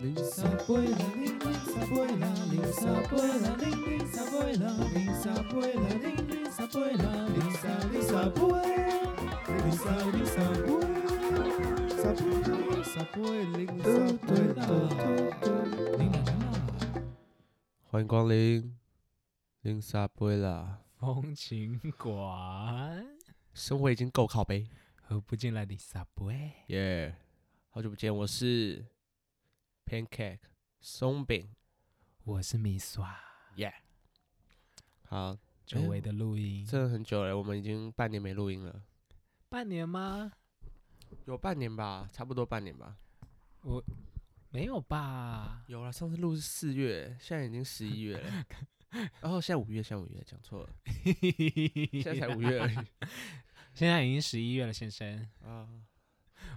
零撒贝拉，零零撒贝拉，零撒贝拉，零零撒贝拉，零撒贝拉，零零撒贝拉，零撒零撒贝，零撒零撒贝，撒贝撒贝零撒贝拉，零两啦，欢迎光临零撒贝拉。风情馆，生活已经够靠背，喝不进来的撒贝。耶、好久不见，我是 Pancake 松饼，我是米刷，耶、好，久违的录音，真的很久了，我们已经半年没录音了，哎半年吗？有半年吧，差不多半年吧。没有 吧？有了，上次录是四月，现在已经十一月了。 然后、现在五月，现在五月，讲 错了，现在才五月而已现在已经十一月了，先生， 啊！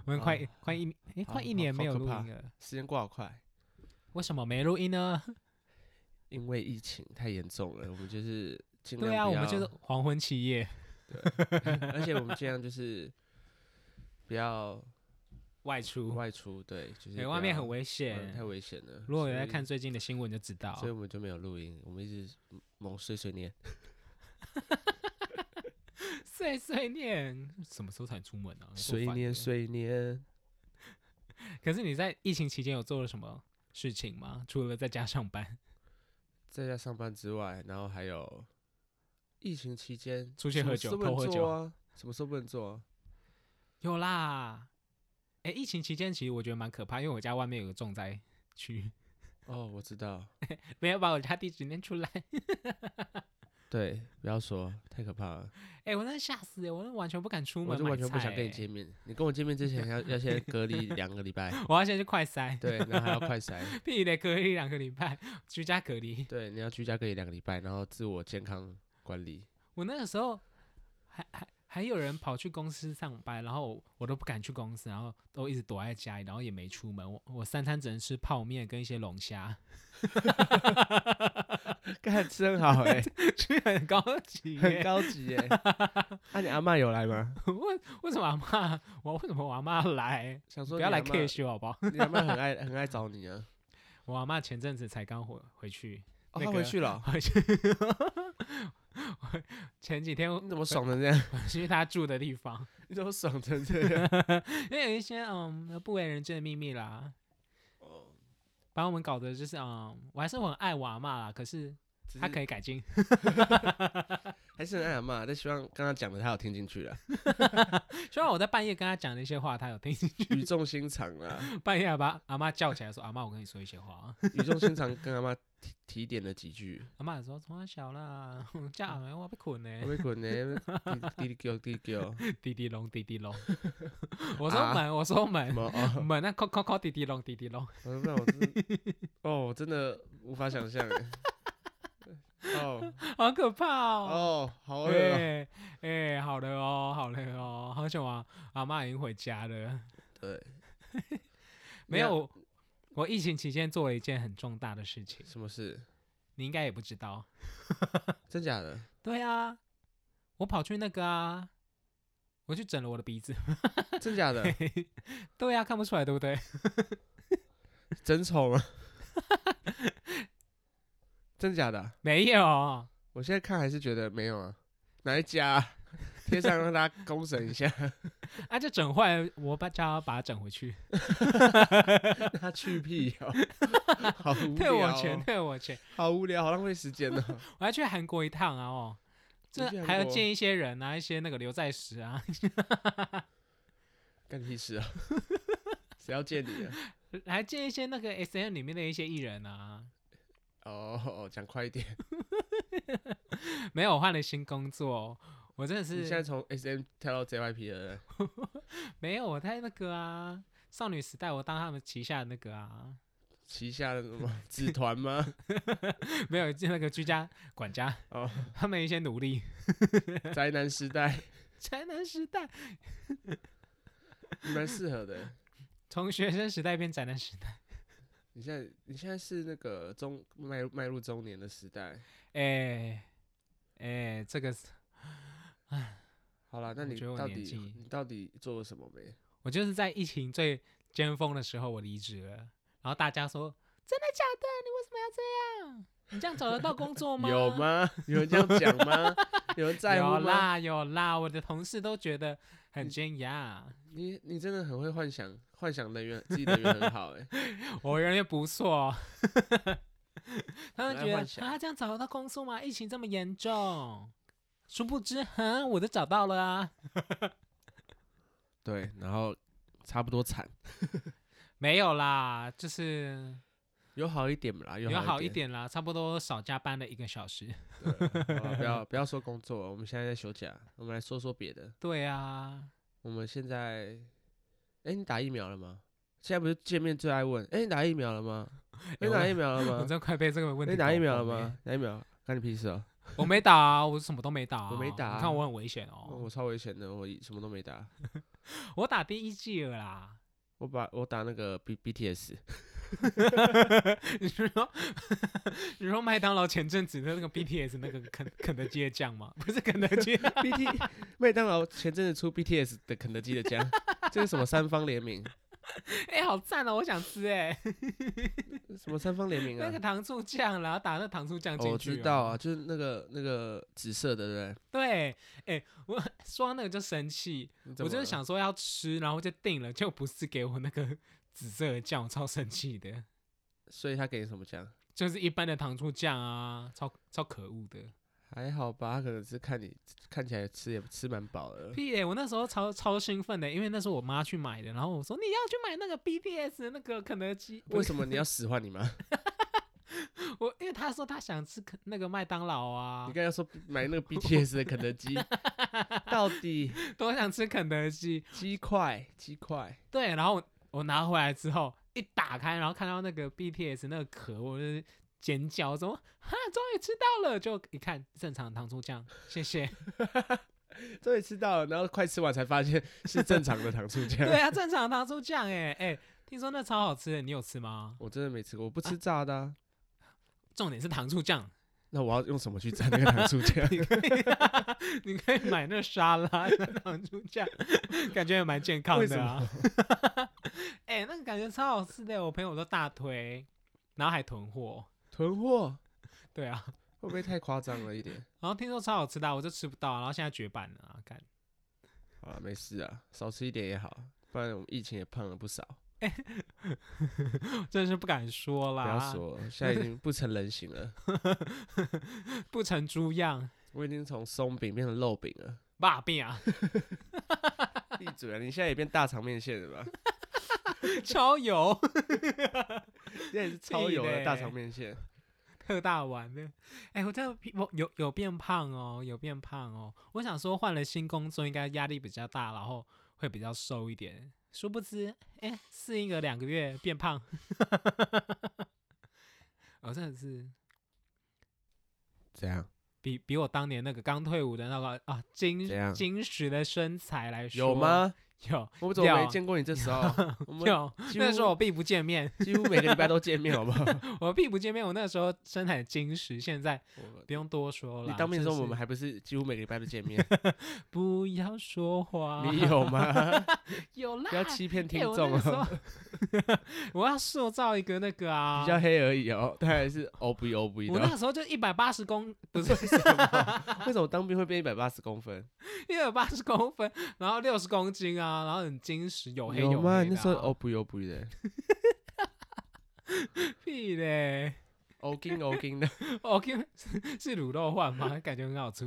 我们快、啊快一哎、好快好一年好没有可录怕音了，时间过好快，为什么没录音呢？因为疫情太严重了，我们就是尽量对啊，不我们要 就是黄昏企业，而且我们尽量就是不要外出，哎外出，对，就是对，不外面要很危嗯太险。危险了。如果有所在以看，最近的新闻，就知道所以我们就没有录音，我们一直猛碎碎念。碎碎念什么时候才出门啊？碎念念碎念，可是你在疫情期间有做了什么事情吗？除了在家上班，在家上班之外，然后还有疫情期间出去什么喝事酒不能偷喝做酒啊，什么时候不能做啊？有啦。哎、疫情期间其实我觉得蛮可怕，因为我家外面有个重灾区，哦，我知道，没有把我家地址念出来。对，不要说，太可怕了，哎、我真的吓死、欸，我真的完全不敢出门、我就完全不想跟你。见面。你跟我见面之前要要先隔离两个礼拜， 我要先去快筛，对，然后还要快筛。屁得隔离两个礼拜，居家隔离。对，你要居家隔离两个礼拜，然后自我健康管 理。我那个时候还还还有人跑去公司上班，然后我我都不敢去公司，然后都一直躲在家里，然后也没出门。我我三餐只能吃泡面跟一些龙虾， 干真好欸哎、是很高级 很耶。高级 耶、那、你阿嬷有来吗？为为什么阿妈 我为什么我阿妈要来？想说不要你来阿嬷 K 修好不好？你阿嬷很爱很爱找你 啊。我阿妈前阵子才刚回回去，哦，那她个回去 了哦、 回去前几天 你怎么爽成这样？ 去他住的地方， 你怎么爽成这样？因为有一些嗯不为人知的秘密啦，哦，把我们搞得就是嗯，我还是我很爱我阿妈啦，可是只她是可以改进，还是很爱阿嬷，但希望刚刚讲的她有听进去 了，虽然我在半夜跟她讲的一些话，她有听进去， 语重心长啦，半夜还把阿妈叫起来说：“阿妈，我跟你说一些话啊。语重心长跟阿嬷提提点了几句。”阿妈说：“从小啦， 我叫阿妈我被困我呢，被滚 呢，滴滴滴滴滴滴，滴滴隆滴滴隆。” 我说啊门，我说什门么哦？门那敲敲敲滴滴隆滴滴隆， 我那我真哦，我真的无法想 象哎。哦好可怕哦！哦，好恶哦、哎哎，好了哦，好了哦，好久啊，阿妈已经回家了。对， 那没有，我疫情期间做了一件很重大的事情，什么事？你应该也不知道。真假的？对啊，我跑去那个啊，我去整了我的鼻子。 真假的？对啊，看不出来对不对？真丑吗？真假的？啊没有，啊我现在看还是觉得没有啊。哪一家啊、贴上让大家公审一 下，啊，就整坏了，我把叫他把它整回去，他去屁 哦，好无退聊、我哦，钱，退我钱。好无聊，好浪费时间 哦。我还去韩国一趟啊哦，你去这韩还要国见一些人啊，一些那个刘在石啊， 干屁事啊！谁要见你啊？还见一些那个 S N 里面的一些艺人啊。 哦，讲快一点！没有，我换了新工作，我真的你是现在从 S M 跳到 J Y P 了，没有，我在那个啊，少女时代，我当他们旗下的那个啊， 旗下的什么子团吗？没有就那个居家管家， 哦，他们一些努力。宅男时代 宅男时代，蛮适合的。从学生时代变宅男时代。你现在你现在是那个中迈入迈入中年的时代。哎、哎、这个是好啦，那我你觉得我到年底纪你到底做了什么没？我就是在疫情最尖峰的时候我离职了，然后大家说真的假的？你为什么要这样？你这样找得到工作吗？ 有？吗？有人这样讲 吗？有人在乎吗？有嗯啦有啦，我的同事都觉得很惊讶，你你真的很会幻想，幻想能源自己能源很好哎、我人缘不错。 他很们爱觉得幻想啊，这样找得到工作吗？疫情这么严重，殊不知，哼，我都找到了啊。 对，然后差不多惨，没有啦，就是有好一点啦，有有好一一。点啦，差不多少加班了一个小时。好吧不要不要说工作，我们现在在休假，我们来说说别的。对啊，我们现在，哎、你打疫苗了吗？现在不是见面最爱问，哎、你打疫苗了 吗？哎你有打啊疫苗了 我吗？哎真快被这个问你题。打疫苗了？吗？打疫苗，关你屁事哦！我没打啊，我什么都没打啊、我没打啊你看我很危险哦。我超危险的，我一什么都没打，我打第一季了啦。我把我打那个 B B T S， 你是说你说麦当劳前阵子的那个 BTS 那个肯肯德基的酱吗？ 不是肯德基， B T 麦当劳前阵子出 B T S 的肯德基的酱，这是什么三方联名？哎、好赞哦，我想吃哎、什么三方联名那个啊？糖醋酱，然后打那糖醋酱进哦，去、我知道。啊，就是那个那个紫色的，对不对，哎、我 说到那个就生气，对？你怎我就么了，是想说要吃，然后就订了，就不是给我那个紫色的酱，我超生气的。所以他给你什么酱？就是一般的糖醋酱啊，超超可恶的。还好吧，他可能是看你看起来吃也吃蛮饱的。屁嘞、我那时候超超兴奋的，因为那是我妈去买的，然后我说你要去买那个 BTS 的那个肯德基，为什么你要使唤你妈？我因为他说他想吃肯那个麦当劳啊你，刚才说买那个 BTS 的肯德 基，到底都想吃肯德基。鸡块鸡块，对，然后我我拿回来之后一打开，然后看到那个 BTS 那个壳，我就是尖叫，怎么哈，终于吃到了！就一看正常糖醋酱，谢谢。终于吃到了，然后快吃完才发现是正常的糖醋酱。对啊，正常糖醋酱哎哎，听说那超好吃的，你有吃吗？我真的没吃过，我不吃炸的、啊。重点是糖醋酱，那我要用什么去蘸那个糖醋酱？ 你可以买那沙拉那糖醋酱，感觉也蛮健康为什的啊。 哎、那个感觉超好吃的，我朋友都大推，然后还囤货。囤货对啊，会不会太夸张了一点？然后听说超好吃的啊、我就吃不到，然后现在绝版了啊！干，好 啊，没事啊，少吃一点也好，不然我们疫情也胖了不少。真的是不敢说不啦，要说，现在已经不成人形了，不成猪样， 我已经从松饼变成肉饼了。霸病啊， 闭嘴啊！你现在也变大肠面线了吧？超油，现在也是超油的大肠面线。特大碗的。哎、我真的我有有变胖哦，有变胖哦。我想说换了新工作，应该压力比较大，然后会比较瘦一点。殊不知，哎、适应了两个月变胖， 我、真的是怎样？比比我当年那个刚退伍的那个啊金怎样金石的身材来说有？吗？有我怎么有没见过你这时候？我们有， 几那时候乎我必不见面，几乎每个礼拜都见面，好不好？我必不见面。我那时候身材金石，现在 我不用多说了。你当面的时就候，我是们还不是几乎每个礼拜都 见面？不要说话，你有吗？有啦，不要欺骗听哎我那众个时哦，候 我要塑造一个那个啊，比较黑而已哦，当然是 O B O B 的我那哦。个时候就一百八 十公，不是为什么？为什么当兵会变一百八十公分？ 一百八十公分，然后六十公斤啊，然后很精实，有黑黑的、吗？啊。你那时候哦 O B O B 的屁嘞，O 金 O 金的。 ，OK 是是卤肉饭吗？感觉很好 吃。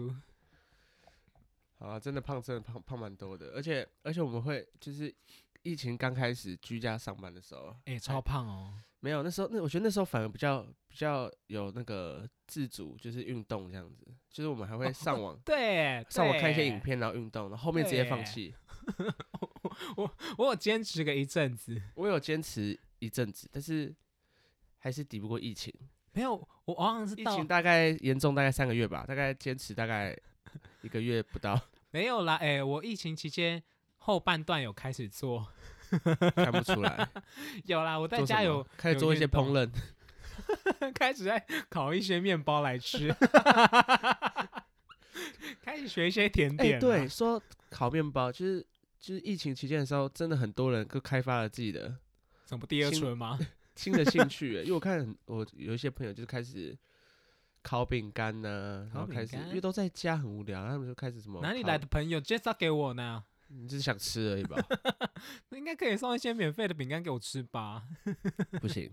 好啊，真的胖，真的胖，胖蛮多的。而且而且我们会就是疫情刚开始居家上班的时候，哎、超胖哦！没有，那时候那我觉得那时候反而比较比较有那个自主，就是运动这样子，就是我们还会上 网、对，上网看一些哦对影。片，然后运动，然后后面直接放对弃。我有坚持个一阵子，我有坚持一阵子，但是还是抵不过疫情。没有，我好像是疫到情大概严重大概三个月吧，大概坚持大概一个月不到，没有啦。哎、我疫情期间后半段有开始做，看不出来。有啦，我在做什家么有开始做一些运动烹饪，开始在烤一些面包来吃， 开始学一些甜哎、点、啊对，，说烤面包，就是就是疫情期间的时候，真的很多人都开发了自己的什么第二新春吗？新的兴趣耶，因为我看很我有一些朋友就是开始烤饼干呐，然烤后开饼始干因为都在家很无聊，他们就开始什么哪里烤来的？朋友介绍给我呢？你就是想吃而已 吧？应该可以送一些免费的饼干给我吃吧？不行，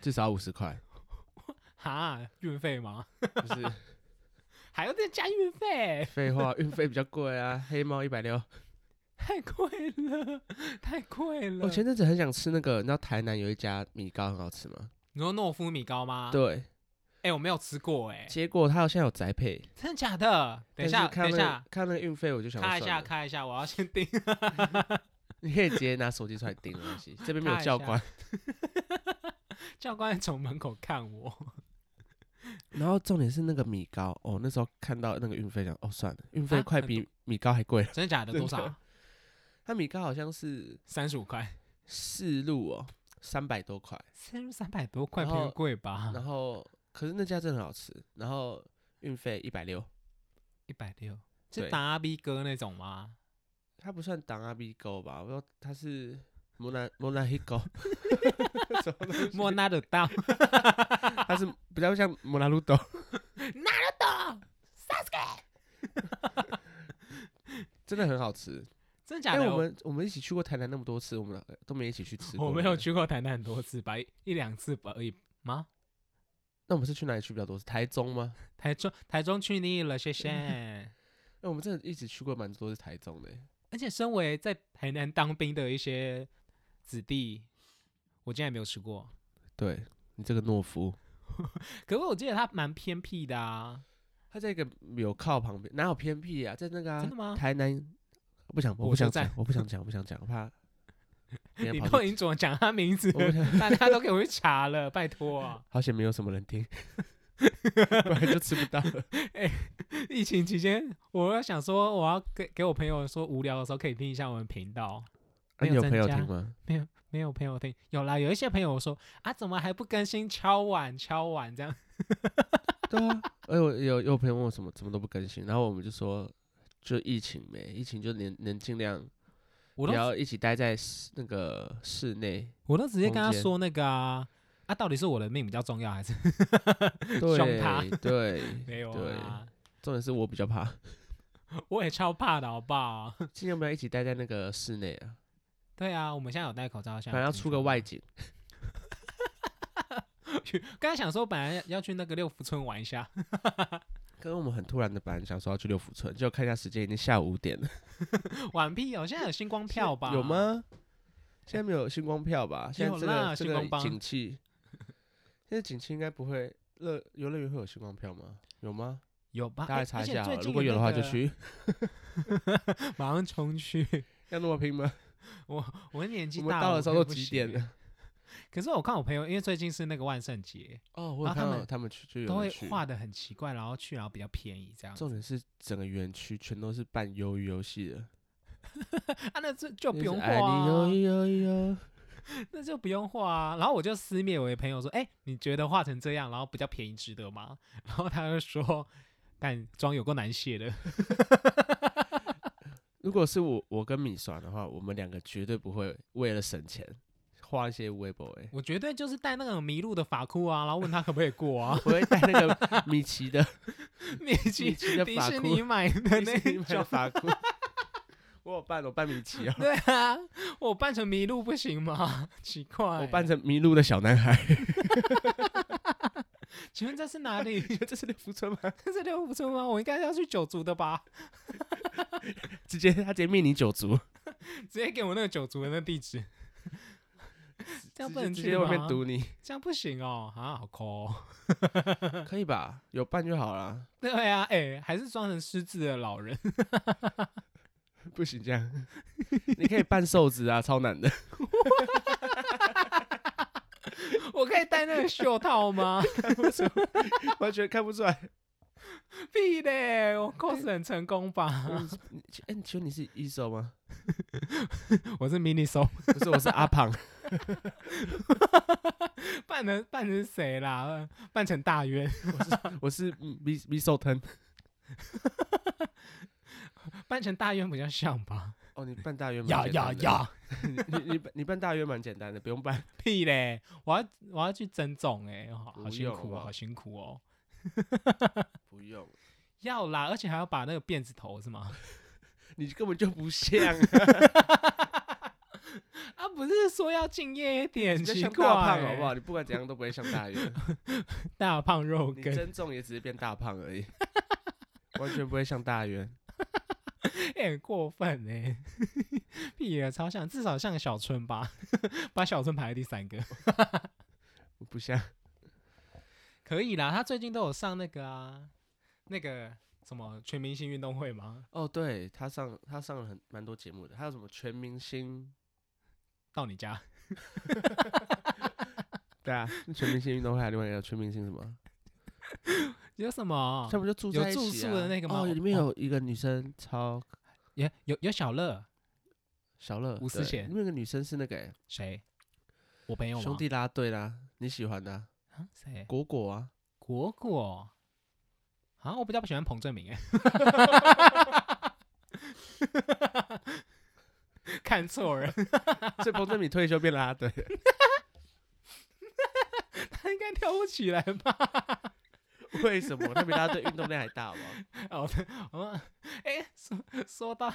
至少五十块，哈，运费吗？就是 还要再加运费，废话，运费比较贵啊，黑猫一百六。太贵了，太贵了。我前阵子很想吃那个，你知道台南有一家米糕很好吃吗？你说诺夫米糕吗？，对，哎、我没有吃过、哎，结果它好像有宅配，真的假的？但等一是下，看等一那下个，看那个运费我就想开一算下，了开一下，我要先订。 你可以直接拿手机出来订没关系，这边没有看一教下官。教官从门口看我，然后重点是那个米糕哦，那时候看到那个运费讲哦算了，运费啊快很比米糕还贵了。 真的假的？真多的少？它米糕好像是三十五块，四路哦，三百多块。三三百多块，然偏后贵吧？然后可是那家真的很好吃，然后运费一百六，一百六，是对达阿 B 哥那种吗？它不算当阿 B 勾吧？我说它是摩南摩南黑勾， 什么东西莫纳的到， 它是比较像摩拉鲁斗。 啊真的很好吃，真的因假为的？哎哦我们我们一起去过台南那么多次，我们呃都没一起去吃过。我没有。去过台南很多次吧，一一两次吧而已吗？那我们是去哪里去比较多？是台中吗？台中台中去腻了，谢 谢。那哎我们真的一直去过蛮多是台中的欸耶，而且身为在台南当兵的一些子弟，我竟然没有吃过。对你这个懦夫，可是我记得它蛮偏僻的啊，他在一个纽靠旁边，哪有偏僻啊？在那个、啊、真的吗台南，不想，我火不车想站讲，我不想讲，我不想讲，我 怕别人你跑都去已经怎么讲他名字我不了？ 大家都给我去查了，拜托、啊！好险没有什么人 听，不然就吃不到了。 疫情期间，我要想说，我要给给我朋友说无聊的时候可以听一下我们频道。那、没啊你有有朋友增加听吗？没有没有朋友听，有啦，有一些朋友说啊，怎么还不更新？敲碗敲碗这样，对啊，哎，我有有朋友问我什么怎么都不更新，然后我们就说，就疫情没疫情，就能能尽量我不都要一起待在室那个室内，我都直接跟他空间说那个啊，啊，到底是我的命比较重要还是 对他对，没有对啊？ 重点是我比较怕，我也超怕的好不好？ 尽量不要一起待在那个室内啊，对啊，我们现在有戴口罩，现本在来有要进出个去外景。 刚才想说，本来要去那个六福村玩一下，可是我们很突然的，本来想说要去六福村，结果看一下时间，已经下午五点了。玩屁哦！现在有星光 票吧？有？吗？现在没有星光票吧？现在这啦个这星光个帮景气，现在景气应该不会。乐游乐园会有星光票吗？有吗？有吧？大家哎来查一下而且好最了，近如果有的话就那个去。 马上冲去。 要那么拼吗？我年纪我大们了，到的时候都我可以不几行点？了？可是我看我朋友，因为最近是那个万圣节，哦，我有然后看他到们他们去就都有会人去。画的很奇怪，然后去然后比较便宜这样。重点是整个园区全都是办鱿鱼游戏的，啊，那这就就不是用画哎你鱿啊，鱼鱿鱼鱿鱼那就不用画啊。然后我就私密我的朋友说，哎、你觉得画成这样，然后比较便宜，值得吗？ 然后他就说，但妆有够难卸的。如果是我我跟米爽的话，我们两个绝对不会为了省钱画一些微博哎。。我绝对就是戴那种迷路的法裤啊，然后问他可不可以过啊 我会带那个 米奇的米米奇奇的迪法士裤尼，买的迪士尼那买的种，法裤。 我有扮，我扮米奇哦，对啊，我扮成迷路不行吗？ 奇怪，我扮。成迷路的小男 孩。请问这是哪里？ 这是六福村吗？这是六福村吗？我应该要去九族的吧？直接他直接灭你九族，直接给我那个九族的那 地址，这样直不接能直去接外面吗堵 你，这样不行哦，啊，好抠、哦。 可以吧？有扮就好啦，对啊，哎、还是装成失智的老人， 不行这样， 你可以扮瘦子啊，超难的。 我可以戴那个袖套吗？ 完全看不出来。屁嘞，我 cos 很成功 吧？ 你哎，你请问你是一手吗？ 我是 mini so，不是，我是阿胖。 扮成扮成谁啦？扮成大渊，我是米米寿腾，扮成大渊比较像吧？哦，你办大 约蛮要简要单的，要，你你办你办大约蛮简单的，不用 办。屁嘞！我要我要去增重哎、好好不辛用啊苦哦，吧好辛苦哦。不用，要啦，而且还要把那个辫子头是吗？ 你根本就不像啊， 啊，不是说要敬业一点，你就奇像怪、大胖好不 好？？你不管怎样都不会像大 约，大胖肉你羹，增重也只是变大胖 而已，完全不会像大约。欸很过分哎、屁了，超像，至少像小春吧， 把小春排在第三个，我不 像，可以啦。他最近都有上那个啊，那个什么全明星运动会吗？哦，对他上他上了很蛮多节目的，还有什么全明星，到你家 对啊，全明星运动会，还有另外一个全明星什么，有什么他？们哦就住有在一住起宿啊的那个吗哦，里面哦有一个女生超有有有小乐小乐，吴思对贤那个女生是那个欸谁？我朋友吗兄弟啦，对啦，你喜欢的 啊啊谁？果果啊，果果啊，我比较不喜欢彭正明哎， 看错人，所以彭正敏退休变啦啦队了，他应该跳不起来吧？ 为什么？他比啦啦队运动量还大好不 好？哦，对， 哦，哎，说说到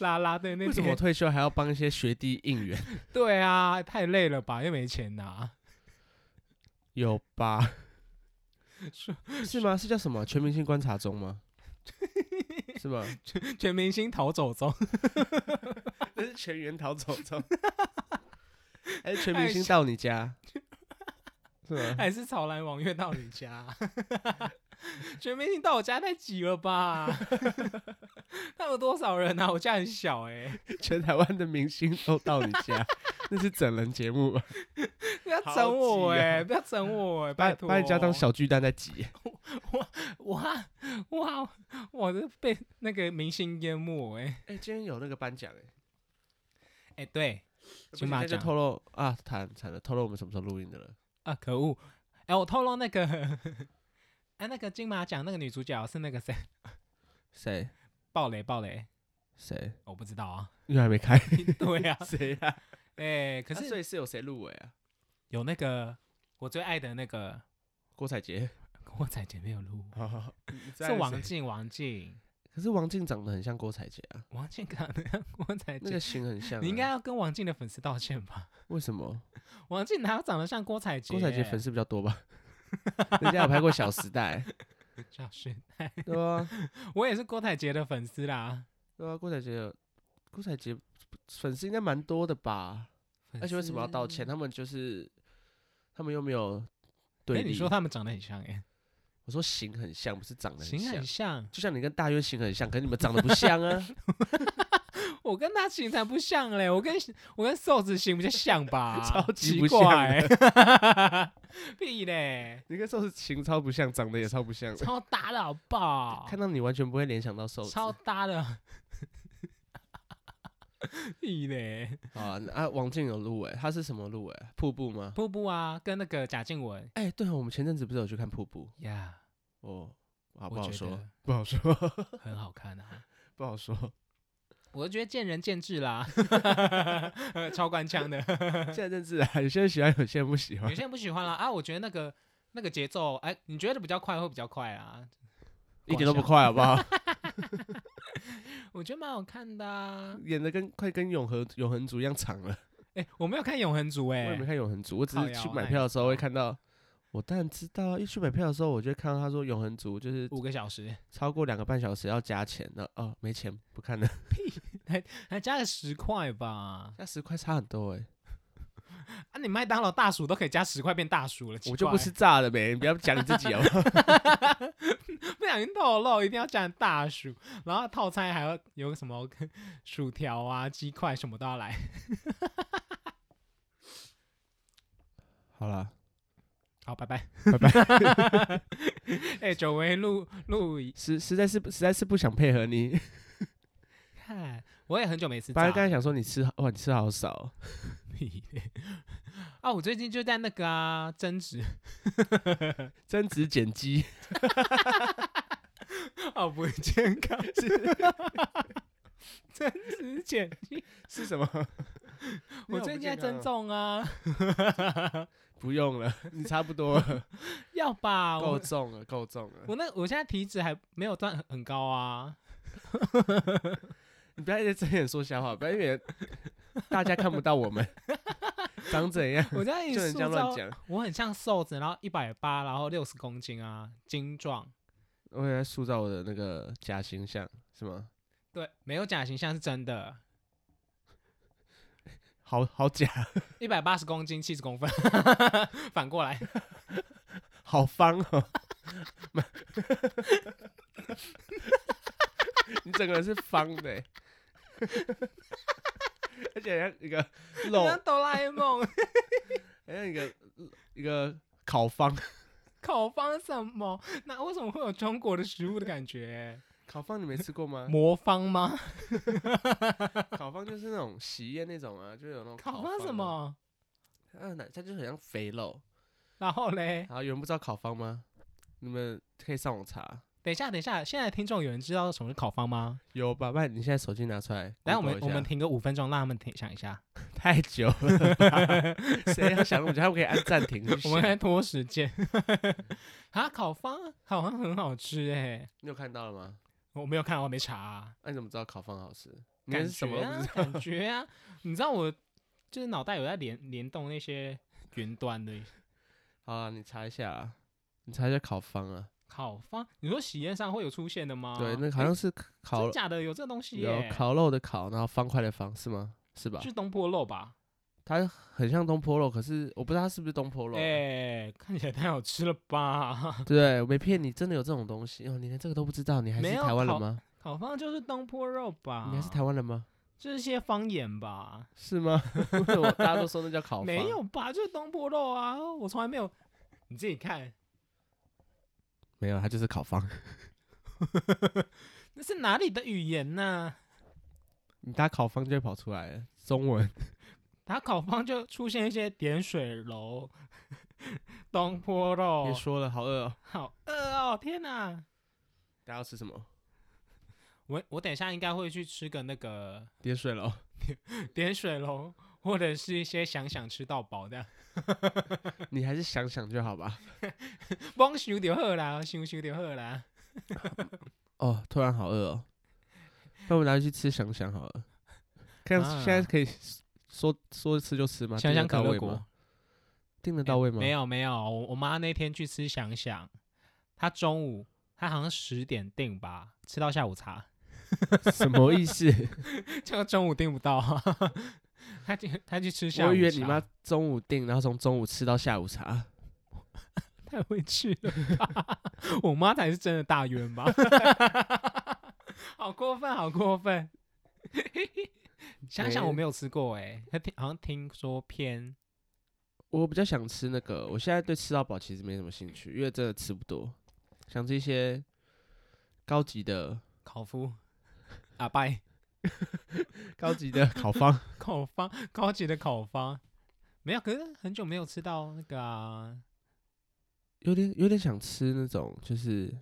拉拉队那为什么天，退休还要帮一些学弟应援？对啊，太累了吧，又没钱拿， 有吧？说 是吗？是叫什么？全明星观察中吗？是 吗？全明星逃 走中，那是全员逃走中，还是全明星到你家？是吗？还是潮来网月到你家？ 全明星到我家太挤了吧？ 那有多少人啊？我家很小哎、全台湾的明星都到你 家，那是整人节目吧？不要好整我挤啊哎、不要整我哎、把拜托。把你家当小巨蛋在挤。哇哇，我这被那个明星淹没哎、哎、今天有那个颁奖哎，哎、对不行金马那就奖透露啊，惨惨了，透露我们什么时候录音的了。啊，可恶！哎、我透露那个 哎、那个金马奖那个女主角是那个谁？谁暴雷暴雷，谁？我不知道啊。 又还没开。对啊，谁啊？ 哎、 可啊所是以是有谁入围啊？有那个我最爱的那个郭采 洁。郭采洁没有录，哦，是王静王静可是王静长得很像郭采洁啊，王静长得像郭采那洁个。型很像啊、哎你应该要跟王静的粉丝道歉吧？为什么？王静哪有长得像郭采洁？郭采洁粉丝比较多 吧？人家有拍过《小时代》小学，对啊，我也是郭采洁的粉丝啦。对啊，郭采洁有，郭采洁粉丝应该蛮多的吧？而且为什么要道歉？啊他们就是他们又没有粉丝？对哎，立。你说他们长得很像哎、我说型很像，不是长得型像很。像，就像你跟大约型很像，可是你们长得不像啊。我跟他型才不像嘞，我跟我跟瘦子型比较像吧， 超级奇不像怪、 屁嘞， 你跟瘦子型超不像，长得也超不像的。超搭的好不好 看？到你完全不会联想到瘦子。超搭的，屁嘞，好啊，那啊，王静有入围，她是什么入围？瀑布吗？瀑布啊，跟那个贾静雯哎、对哦，我们前阵子不是有去看瀑布？呀哦，好我不好觉说？得不好说，很好看啊。不好 说。我觉得见仁见智啦， 超官腔的。现在政治啊，有些人喜欢，有些人不喜欢有。些人不喜欢啦啊，我觉得那个那个节奏，哎，你觉得比较快会比较快啊？一点都不搞快，好不 好？我觉得蛮好看的、啊。演的跟快跟永和永恒族一样长了。哎、我没有看《永恒族、我也哎没，看永恒族，我只靠是腰去那买你票的知时候会道看到。我当然知道啊，一去买票的时候，我就会看到他说永恒族就是五个小时，超过两个半小时要加钱的哦，没钱不看了。还加了十块吧？那十块差很多哎、啊，你麦当劳大薯都可以加十块变大薯了，奇 我就怪不吃，炸的呗，你不要讲你自 己好哦不好？不小心透露，一定要加大薯，然后套餐还要有什么薯条啊、鸡块什么都要来。好啦，好，拜拜，拜拜。哎、久违录录一，实实在是实在是不想配合你。看我也很久没吃本来炸刚才想说你吃好哇，你吃好少哦，屁咧啊，我最近就在那个啊增值增值 减肌，哦 好不健康，真实减轻，是什么？我最近在增重啊，不用了，你差不 多了，要吧？够我重了，够重了。我那我现在体脂还没有算很很高 啊，你不要一直睁眼说瞎话，不要因 为大家看不到我们长怎样，我在就能这样塑乱造，讲。我很像瘦子，然后一百八，然后六十公斤啊，精壮。我也在塑造我的那个假形象，是吗？对，没有假形象是真的，好好假，一百八十公斤，七十公分， 反过来，好方哦。 你整个人是方的欸， 而且很像一个肉，像哆啦 A 梦， 很像一个一个烤方，口方什么？那为什么会有中国的食物的感觉？烤方你没吃过吗？ 魔方吗？烤方就是那种喜宴那种啊，就有那种烤方方啊什？么？它奶它就很像肥肉。然后嘞，然后有人不知道烤方吗？你们可以上网查。等一下，等一下，现在听众有人知道什么是烤方吗？有吧？不然你现在手机拿出来，来，我们 Google 一我下们停个五分钟，让他们停想一下， 太久了吧，谁要想那么久？他们可以按暂停去 我们想在拖 时间。啊，烤方烤方很好吃哎、你有看到了吗？我没有看，我没查、啊。那、你怎么知道烤方好吃？你感连觉什么都不啊知道？感觉啊，你知道我就是脑袋有在联联动那些云端的好啊，你查一下啊，你查一下烤方啊。烤方，你说喜宴上会有出现的吗？对，那好像是哦诶烤真假的有这东西有耶，烤肉的烤，然后方块的方是吗？是吧？是东坡肉吧？它很像东坡肉，可是我不知道它是不是东坡肉啊。哎，看起来太好吃了吧？ 对，我没骗你，真的有这种东西哦！你连这个都不知道，你还是没有台湾人烤啊吗？烤方就是东坡肉吧？你还是台湾人吗？这些方言吧？是 吗？为什么大家都说那叫烤方？没有，吧？就是东坡肉啊，我从来没有。你自己看，没有，它就是烤方。那是哪里的语言呢、你打烤方就会跑出来了，中文。打烤方就出现一些点水楼、东坡肉别、，说了，好饿哦。好饿哦！天哪，大家要吃什哦么？我我等一下应该会去吃个那个点水了哦，点水龙，或者是一些想想吃到饱的，你还是想想就好吧。帮修就好啦，修修就好啦。哦，突然好饿哦，那我们拿去吃想想好了。看、啊现在可以说说吃就吃吗？想订想得到可乐位果吗，订得到位吗？没有没有，我我妈那天去吃想想，她中午她好像十点订吧，吃到下午茶， 什么意思？就中午订不到， 她去她去吃下午茶。我以为你妈中午订，然后从中午吃到下午茶。太会吃了 吧，我妈才是真的大冤吧， 好过分，好过分。 想想我没有吃过哎、欸，还听好像听说偏我比较想吃那个，我现在对吃到饱其实没什么兴趣，因为真的吃不多，想吃一些高级 的、烤夫阿拜 高级的烤方。烤方高级的烤方，没有，可是很久没有吃到那个、啊、有点有点想吃那种，就是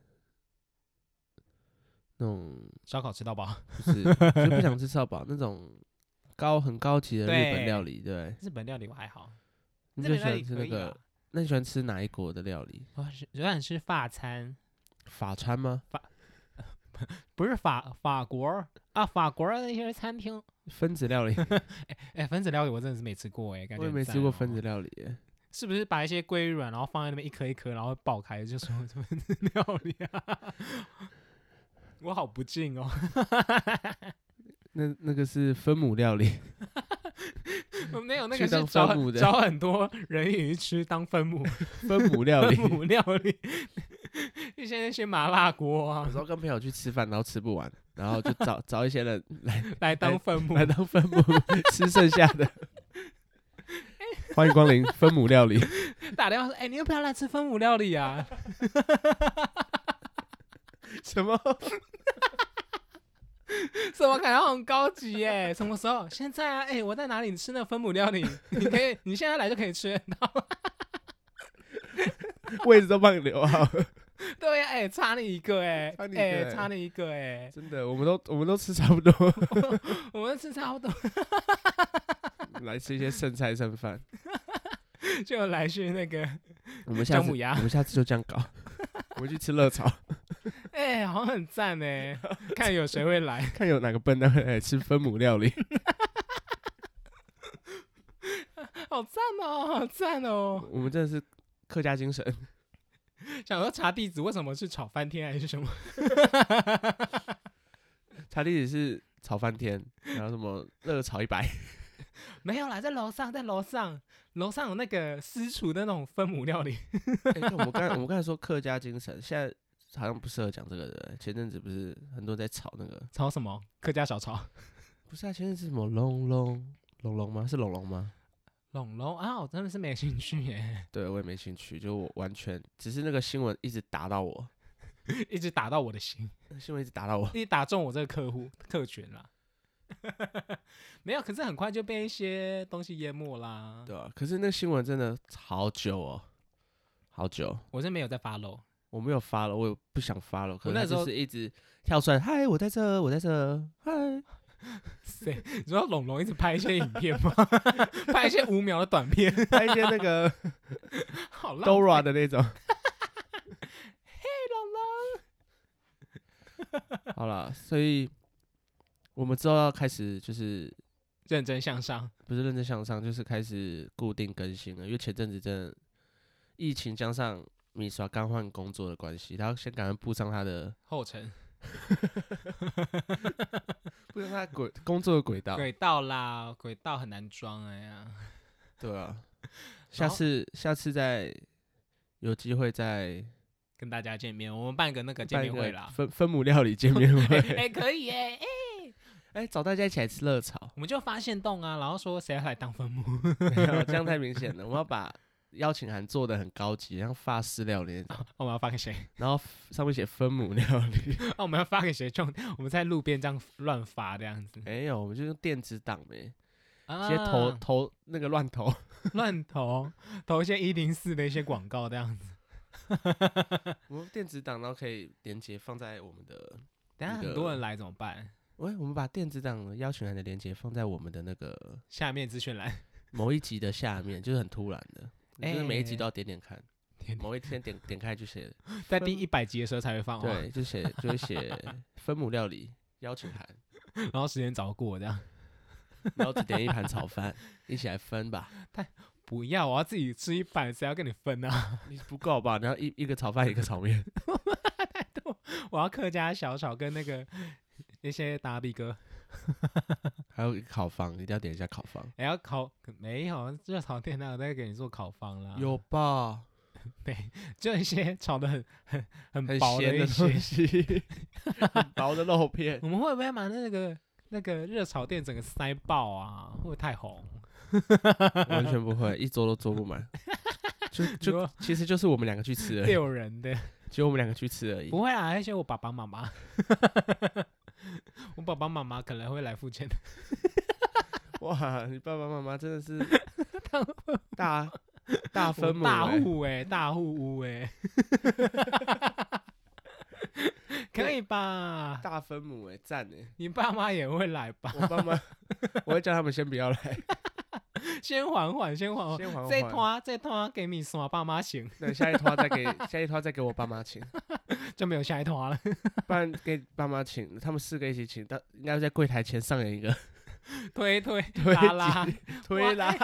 那种烧烤吃到饱，不是就不想吃吃到饱那种高很高级的日本料理，对不对，日本料理我还好，你日就本喜料理欢吃可那以啊哦啦个？，那你喜欢吃哪一国的料理？我喜我想吃法餐，法餐吗？不是法法国啊，法国的那些餐厅，分子料理，哎、分子料理我真的是没吃过哎、感我觉也很没赞吃过哦分子料理耶。是不是把一些龟卵，然后放在那边一颗一颗，然后爆开，就说 什么料理啊？我好不敬哦！那那个是分母料理，我 没有那去个是当找分母的找很多人鱼吃当分母分母料分理。母料理， 一些那些麻辣锅有啊，时候跟朋友去吃饭，然后吃不完，然后就找找一些人来来当分母来。当分母吃剩下 的。欢迎光临分母料理，打电话说：“哎、你要不要来吃分母料理啊 什么？？” 什么感觉很高级耶、什么时候？现在啊！哎、我在哪里吃那分母料理？你可以，你现在来就可以吃。 位置都帮你留好了，对呀、哎、哎、差你一个哎、差你一个哎、哎差你一个哎、真的，我们都我们都吃差不多， 我们吃差不多，来吃一些剩菜剩饭。就来去那个，我们下姜次母鸭我们下次就这样 搞，我们去吃热炒，哎、好像很赞哎、看有谁会来， 看有哪个笨蛋会来吃分母料理。好赞哦、好赞哦、我们真的是客家精神，想说查地址，为什么是炒翻天还是什么？ 查理也是炒翻天，然后什么热炒一百， 没有啦，在楼上，在楼上，楼上有那个私厨的那种分母料理，哎看我刚我们刚才说客家精神，现在好像不适合讲这个的。前阵子不是很多人在炒那个，炒什么？客家小炒。不是啊？前阵子是什么龙龙龙龙吗？是龙龙吗？龙龙啊，我真的是没兴趣耶， 对我也没兴趣，就我完全只是那个新闻一直打到我，一直打到我的心，那新闻一直打到我。一直打中我这个客户客群啦。 没有，可是很快就被一些东西淹没啦。对啊，可是那个新闻真的好久哦，好久，我是没有在发漏，我没有发了，我也不想发了。可我是它那时就候是一直跳出来，嗨，我在这，我在这， 嗨，谁？你知道龙龙一直拍一些影片吗？ 拍一些五秒的短片，拍一些那个好浪费。 Dora 的 那种。好了，所以我们之后要开始就是认真向上，不是认真向上，就是开始固定更新了。因为前阵子真的疫情加上米刷刚换工作的关系，他要先赶快步上他的后程步上他的轨工作的轨道。轨道啦，轨道很难装哎呀。 对啊，下次下次再有机会再跟大家见面，我们办个那个见办一面会个啦。分分母料理见面会。哎，可以哎，哎， 哎，找大家一起来吃热炒，我们就发现洞啊，然后说谁要来当分母。 没 有这样太明显了。我们要把邀请函做的很高级，像法式料理那种，我们要发给谁？ 然后上面写分母料理。 那、我们要发给谁 中？我们在路边这样乱发这样子，没有，我们就用电子档呗，直啊接投投那个乱 投。 乱投投一些一零四的一些广告这样 子。我们电子档，然后可以连接放在我们的，等下那个很多人来怎么办？喂，我们把电子档的邀请函的连接放在我们的那个下面资讯栏， 某一集的下面，就是很突然的，你就是每一集都要点点看，哎点点某一天点点开就写，在第一百集的时候才会放哦，对，就写就会 写分母料理邀请函，然后时间早过这样。然后只点一盘炒饭，一起来分 吧，不要，我要自己吃一百，谁要跟你分啊？ 你不够吧？然后一一个炒饭一个炒面，我要客家小炒跟那个 那些达比哥，还有一个烤方，一定要点一下烤方，还、哎要烤没有热炒店那有在给你做烤方啦，有吧？就一些炒的很很很很薄咸一的些东 西， 很薄的肉片，我们会不会把那个那个热炒店整个塞爆啊？会不会太红？完全不会，一桌都坐不 满。就你就说其实就是我们两个去吃而已，六人的只有我们两个去吃而已。不会啊，而且我爸爸妈妈，我爸爸妈妈可能会来付钱的。哇，你爸爸妈妈真的 是大大分我母、大欸，户哎、大户屋哎、可以吧？大分母哎、赞哎、你爸妈也会来吧？我爸妈，我会叫他们先不要来，先缓缓，先缓缓。先缓这缓。拖这拖给你刷爸妈行，对，下一拖再给下一拖再给我爸妈请，就没有下一拖了。不然给爸妈请，他们四个一起请，到应该在柜台前上演一 个推推推拉拉，哎推拉，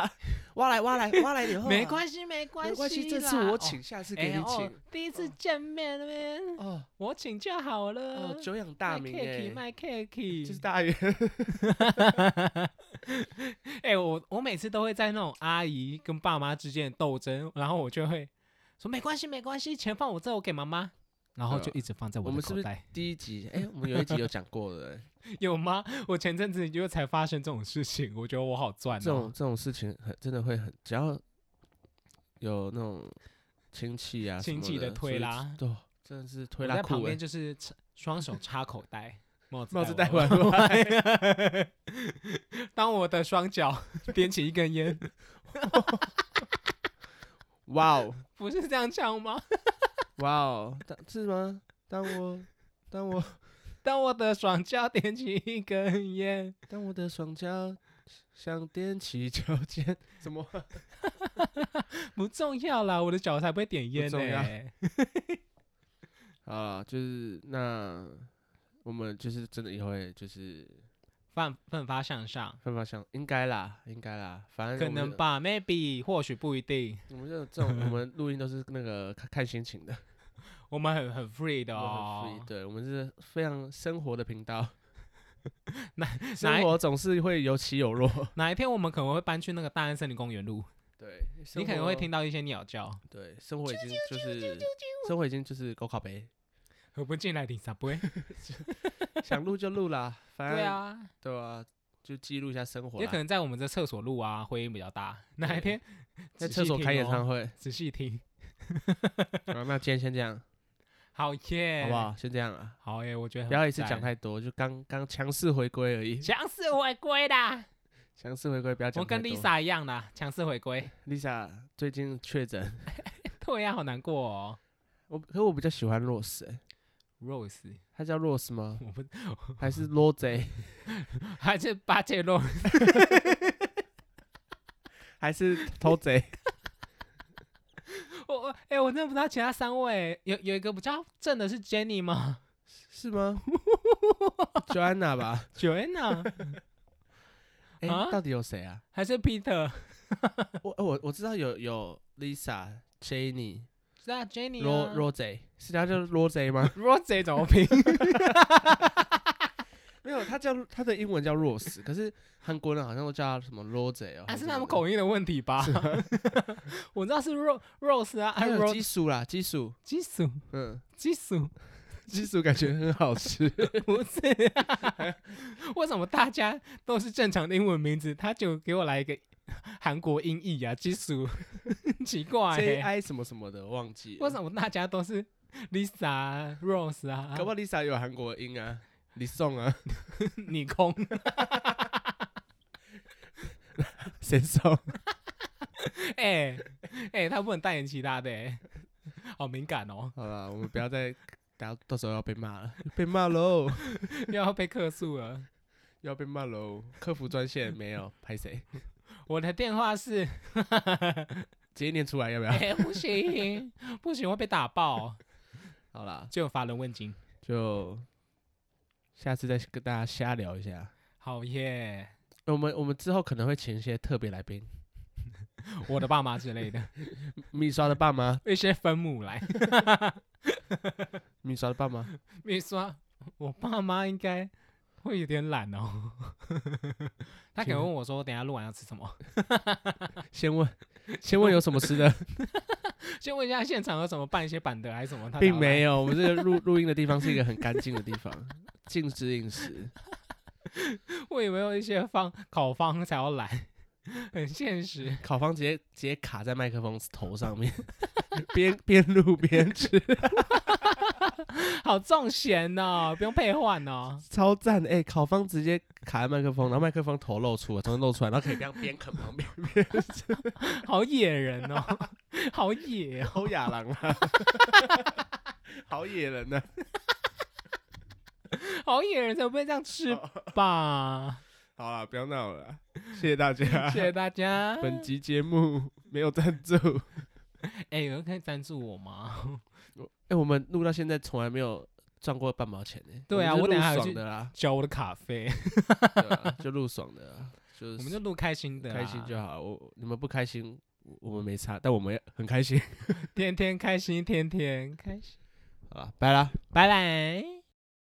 挖来挖来挖来以后、没关系，哦没系关系啦，没关系，这次我哦请，下次哎给你请。哦、第一次见面那边，哦我请就好了。哦，久仰大名哎、呃卖 cake，就是大圆， 哎、我我每次都会在那种阿姨跟爸妈之间的斗争，然后我就会说没关系，没关系，钱放我这，我给妈妈。然后对啊就一直放在我的们是口不是袋， 第一集哎、我们有一集有讲过的、哎有吗？我前阵子就才发生这种事情，我觉得我好赚这种哦。这种事情很真的会很，只要有那种亲戚啊什亲么戚的的所推以拉对，真的是推我拉在旁裤、欸，边就是插双手插口袋，帽子帽子戴完完外，当我的双脚 点起一根烟，哇哦，不是这样唱吗？哦哇哦，当是吗？当我当我 当我的双脚点起一根烟，当我的双脚像踮起脚 尖，怎么？不重要啦，我的脚才不会点烟呢、重要 啊，就是那我们就是真的以后会就是奋奋发向上，奋发向，应该啦，应该啦，反正可我们能这。吧，maybe 或许不一定，我们这种这种我们录音都是那个看看心情的，我们很很 free 的我们很哦 free，。对我们是非常生活的频 道。 哪哪生一活总是会有起 有落，哪一天我们可能会搬去那个大安森林公园路，对，你生可能会活听到一些鸟叫。对，生活已经就是生活已经就是狗靠呗，我不进来顶啥不会？想录就录啦，反正对啊，对啊，就记录一下生活也啦可。能在我们这厕所录啊，回音比较大。哪一天在厕所开演唱会，会，仔细听。好那今天先这 样，好耶，好不？好？先这样啊，好耶，我觉得很不要一次赞讲太多，就刚刚强势回归而已，强势回归啦，强势回归不要讲我太跟多。 Lisa 一样啦，强势回归。 Lisa 最近确诊，对呀，好难过哦。我可我比较喜欢 Rose，欸 Rose，她叫 Rose 吗？ 我不还是 Rose？还是巴切洛，还是偷贼？我我哎、我真的不知道其他三位，有有一个比较正的是 Jenny 吗 是吗？Joanna 吧。 ？Joanna 哎、啊到底有谁啊？还是 Peter？我我我知道有有 Lisa、Jenny、是啊，Jenny Ro 啊 Rose，是他叫 Rose 吗？ Rose 怎 么拼？没有，他叫他的英文叫 Rose，可是韩国人好像都叫他什么 Rose 哦。还还啊是什他么们的？口音的问题吧？ 我知道是 Ro Rose 啊，还还有有 Rose 激素啦，激素，激素 嗯，激素，激素感觉很好吃。 不是、为什么大家都是正常的英文名字，他就给我来一个韩国音译啊？激素，奇怪、 J 欸， I 什么什么的，忘记了。为什么大家都是 Lisa 啊、Rose 啊搞不好 Lisa 有韩国音啊，李颂啊，你空谁颂？哎哎，他不能代言其他的、欸，好敏感哦，好了，我们不要再，大家到时候要被骂了， 被骂喽，又要被客诉了。要被骂喽。客服专线没 有，拍谁？我的电 话是，直接念出来要不要？哎、不行不行，会被打爆，好啦，就乏人问津。就下次再跟大家瞎聊一下。好耶，我们我们之后可能会请一些特别来宾，我的爸妈之类的，米刷的爸妈，一些分母来。米刷的爸 妈，你说我爸妈应该会有点懒哦， 他可能问我说，等一下录完要吃什 么？先问先问有什么吃的，先问一下现场有什么办一些板的还是什 么？他并没有，有。我们这个录录音的地方是一个很干净的地方，禁止饮食。我以为有一些方考方才要来， 很现实。烤方直接直接卡在麦克风头上 面，边边录边吃，好重咸哦，不用配换哦。超赞！哎、烤方直接卡在麦克风，然后麦克风头露出了，从露出来，然后可以这样边啃旁边好野人哦， 好野哦，偷亚郎啊，好野人呢、好野人才不会这样吃 吧？好啦，不要闹了啦，谢谢大家。谢谢大家。本集节目没有赞助。哎，有人可以赞助我吗？哎、我们录到现在从来没有赚过半毛钱呢、对啊我们我等下就是录有爽去的啦，交我的卡费，对啊， 就录爽的啦，就是我们就录开心的啦，啊开心就好。我你们不开心，我我们没差，但我们也很开心。天天开心，天天开心。好啦，拜啦。拜拜。